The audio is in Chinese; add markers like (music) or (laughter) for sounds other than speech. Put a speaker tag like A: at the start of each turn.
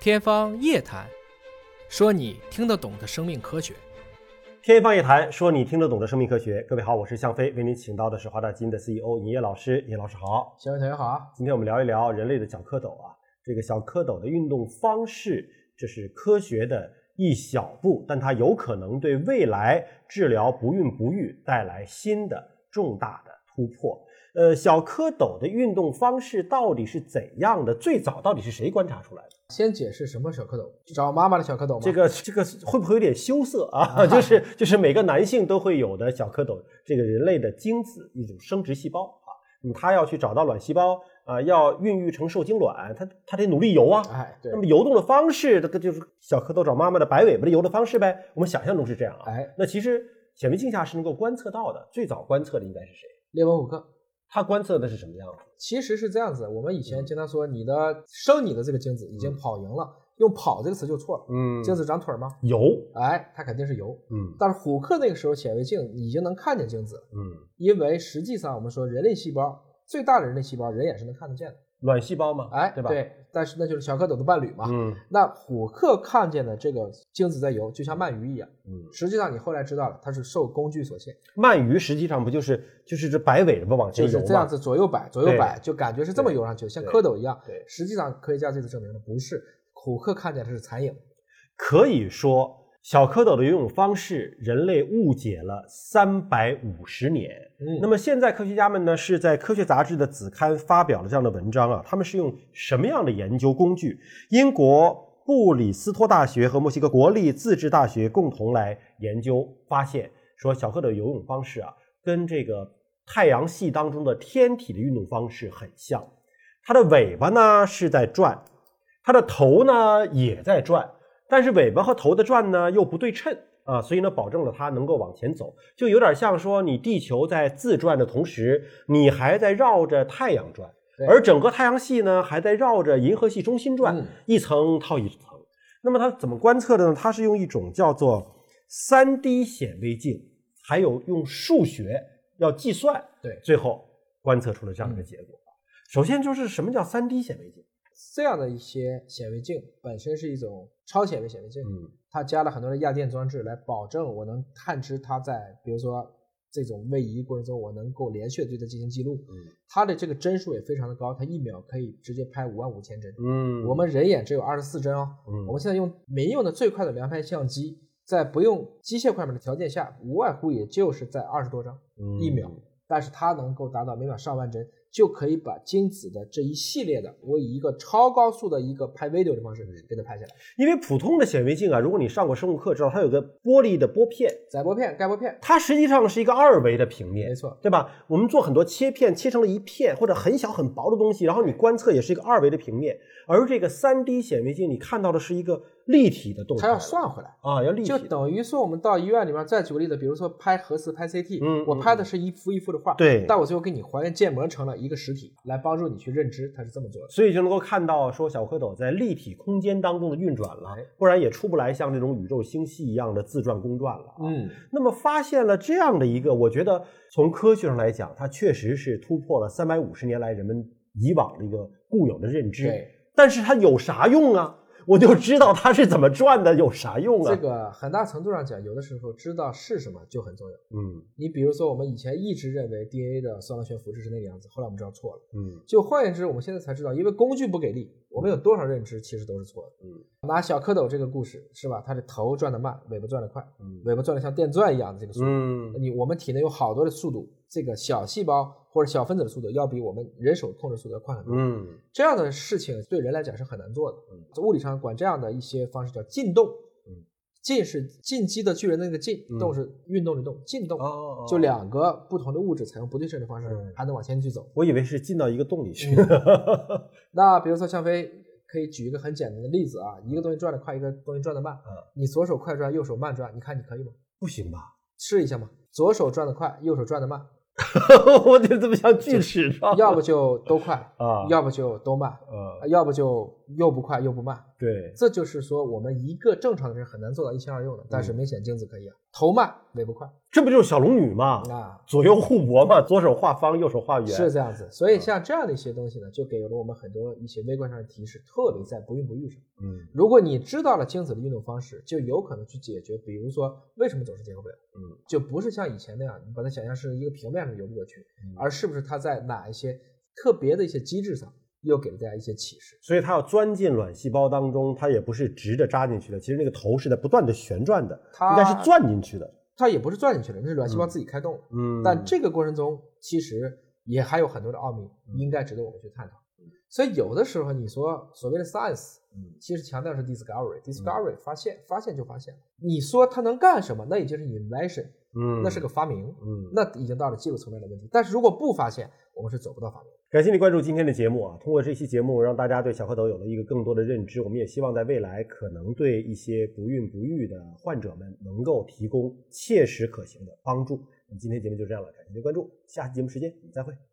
A: 天方夜谭，说你听得懂的生命科学。
B: 天方夜谭，说你听得懂的生命科学。各位好，我是向飞，为您请到的是华大基因的 CEO 尹烨老师。尹烨老师好，
C: 小伟同学好啊，
B: 今天我们聊一聊人类的小蝌蚪啊，这个小蝌蚪的运动方式，这是科学的一小步，但它有可能对未来治疗不孕不育带来新的重大的突破。呃，小蝌蚪的运动方式到底是怎样的？最早到底是谁观察出来的？
C: 先解释什么小蝌蚪，找妈妈的小蝌蚪吗？
B: 这个这个会不会有点羞涩啊？ (laughs) 就是就是每个男性都会有的小蝌蚪，这个人类的精子一种生殖细胞啊，那么他要去找到卵细胞啊，要孕育成受精卵，他他得努力游啊。
C: 哎，对
B: 那，么游动的方式，这个就是小蝌蚪找妈妈的摆尾巴的游的方式呗。我们想象中是这样啊。
C: 哎，
B: 那其实显微镜下是能够观测到的，最早观测的应该是谁？
C: 列文虎克
B: 他观测的是什么样子？
C: 其实是这样子，我们以前经常说你的生你的这个精子已经跑赢了，用跑这个词就错了，
B: 嗯
C: 精子长腿吗？
B: 游，
C: 哎，它肯定是游。
B: 嗯
C: 但是虎克那个时候显微镜已经能看见精子了，
B: 嗯，
C: 因为实际上我们说人类细胞最大的人类细胞人眼是能看得见的，
B: 卵细胞嘛，
C: 哎，
B: 对吧？，
C: 对，但是那就是小蝌蚪的伴侣嘛。
B: 嗯
C: 那虎克看见的这个精子在游，就像鳗鱼一样。
B: 嗯，
C: 实际上你后来知道了，它是受工具所限。
B: 鳗鱼实际上不就是就是这摆尾巴往前
C: 就
B: 游嘛？
C: 是这样子左右摆，左右摆，
B: 对
C: 就感觉是这么游上去，像蝌蚪一样。
B: 对
C: 实际上科学家这次证明了不是，虎克看见的是残影。
B: 可以说，小蝌蚪的游泳方式，人类误解了三百五十年。
C: 嗯
B: 那么现在科学家们呢，是在科学杂志的子刊发表了这样的文章啊，他们是用什么样的研究工具？英国布里斯托大学和墨西哥国立自治大学共同来研究，发现说小蝌蚪游泳方式啊，跟这个太阳系当中的天体的运动方式很像，它的尾巴呢是在转，它的头呢也在转，但是尾巴和头的转呢又不对称啊，所以呢保证了它能够往前走，就有点像说你地球在自转的同时，你还在绕着太阳转
C: 对，
B: 而整个太阳系呢还在绕着银河系中心转，
C: 嗯
B: 一层套一层。那么它怎么观测的呢？它是用一种叫做三 D 显微镜，还有用数学要计算，
C: 对嗯
B: 最后观测出了这样一个结果。首先就是什么叫三 D 显微镜？
C: 这样的一些显微镜本身是一种超显微显微镜，
B: 嗯
C: 它加了很多的亚电装置来保证我能探知它在，比如说这种位移过程中，我能够连续地对它进行记录。
B: 嗯
C: 它的这个帧数也非常的高，它一秒可以直接拍五万五千帧。
B: 嗯
C: 我们人眼只有二十四帧哦，
B: 嗯
C: 我们现在用民用的最快的量拍相机，在不用机械快门的条件下，无外乎也就是在二十多张
B: 嗯
C: 一秒，但是它能够达到每秒上万帧，就可以把精子的这一系列的，我以一个超高速的一个拍 video 的方
B: 嗯
C: 式给它拍下来，
B: 因为普通的显微镜啊，如果你上过生物课，知道它有个玻璃的玻片，
C: 载玻片、盖玻片，
B: 它实际上是一个二维的平
C: 没
B: 面，
C: 错，
B: 对吧？我们做很多切片，切成了一片或者很小很薄的东西，然后你观测也是一个二维的平面。而这个三 D 显微镜，你看到的是一个立体的动态，
C: 它要算回来。
B: 啊，要立体
C: 就
B: 的。
C: 等于说，我们到医院里面，再举个例子，比如说拍核磁、拍 CT，
B: 嗯嗯
C: 我拍的是一幅一幅的画，
B: 对
C: 但我最后给你还原建模成了一个实体，来帮助你去认知，它是这么做的。
B: 所以就能够看到说小蝌蚪在立体空间当中的运转了
C: 哎，
B: 不然也出不来像这种宇宙星系一样的自转公转了啊。
C: 嗯，
B: 那么发现了这样的一个，我觉得从科学上来讲，它确实是突破了三百五十年来人们以往的一个固有的认知。
C: 对。
B: 但是它有啥用啊？我就知道它是怎么转的，有啥用啊？
C: 这个很大程度上讲，有的时候知道是什么就很重要。
B: 嗯
C: 你比如说，我们以前一直认为 DNA 的双螺旋复制是那个样子，后来我们知道错了。
B: 嗯
C: 就换言之，我们现在才知道，因为工具不给力，我们有多少认知其实都是错的。
B: 嗯
C: 拿小蝌蚪这个故事是吧？它的头转得慢，尾巴转得快，
B: 嗯
C: 尾巴转得像电钻一样的这个速度。
B: 嗯
C: 你我们体内有好多的速度，这个小细胞或者小分子的速度要比我们人手控制速度要快很多。
B: 嗯
C: 这样的事情对人来讲是很难做的。
B: 嗯
C: 在物理上管这样的一些方式叫进动。
B: 嗯，
C: 进是进击的巨人的那个进，
B: 嗯
C: 动是运动的动，进动
B: 哦
C: 就。两个不同的物质采用不对称的方式
B: 嗯
C: 还能往前去走。
B: 我以为是进到一个洞里去。
C: 嗯那比如说向飞。可以举一个很简单的例子啊，一个东西转得快，一个东西转得慢。
B: 嗯
C: 你左手快转，右手慢转，你看你可以吗？
B: (laughs) 不行吧？ (laughs)
C: 试一下嘛，左手转得快，右手转得慢，
B: 我得怎么像锯齿状？
C: 要不就都快，
B: 啊，
C: 要不就都慢，
B: 呃，
C: 要不就又不快又不慢。
B: 对，
C: 这就是说，我们一个正常的人很难做到一心二用的，但是
B: 嗯
C: 明显精子可以啊。头慢尾不快
B: 这不就是小龙女吗？
C: 啊，
B: 左右互搏嘛，左手画方，右手画圆。
C: 是这样子。
B: 嗯
C: 所以像这样的一些东西呢，就给了我们很多一些微观上的提示，特别在不孕不育上。
B: 嗯
C: 如果你知道了精子的运动方式，就有可能去解决，比如说为什么总是结合不了，
B: 嗯，
C: 就不是像以前那样，你把它想象是一个平面上的游不过去，而是不是它在哪一些特别的一些机制上又给了大家一些启示？
B: 所以它要钻进卵细胞当中，它也不是直着扎进去的，其实那个头是在不断的旋转的，
C: 它
B: 应该是钻进去的。
C: 它也不是转进去了，那是卵细胞
B: 嗯
C: 自己开动了。
B: 嗯，
C: 但这个过程中，其实也还有很多的奥秘，
B: 嗯
C: 应该值得我们去探讨。所以有的时候你说所谓的 science，
B: 嗯
C: 其实强调是 discovery，discovery 发现，发现就发现了。你说它能干什么，那也就是 invention，
B: 嗯，
C: 那是个发明，
B: 嗯。
C: 那已经到了技术层面的问题。但是如果不发现，我们是走不到发明。
B: 感谢你关注今天的节目啊！通过这期节目，让大家对小蝌蚪有了一个更多的认知。我们也希望在未来，可能对一些不孕不育的患者们能够提供切实可行的帮助。那么今天节目就这样了，感谢您的关注，下期节目时间我们再会，拜拜。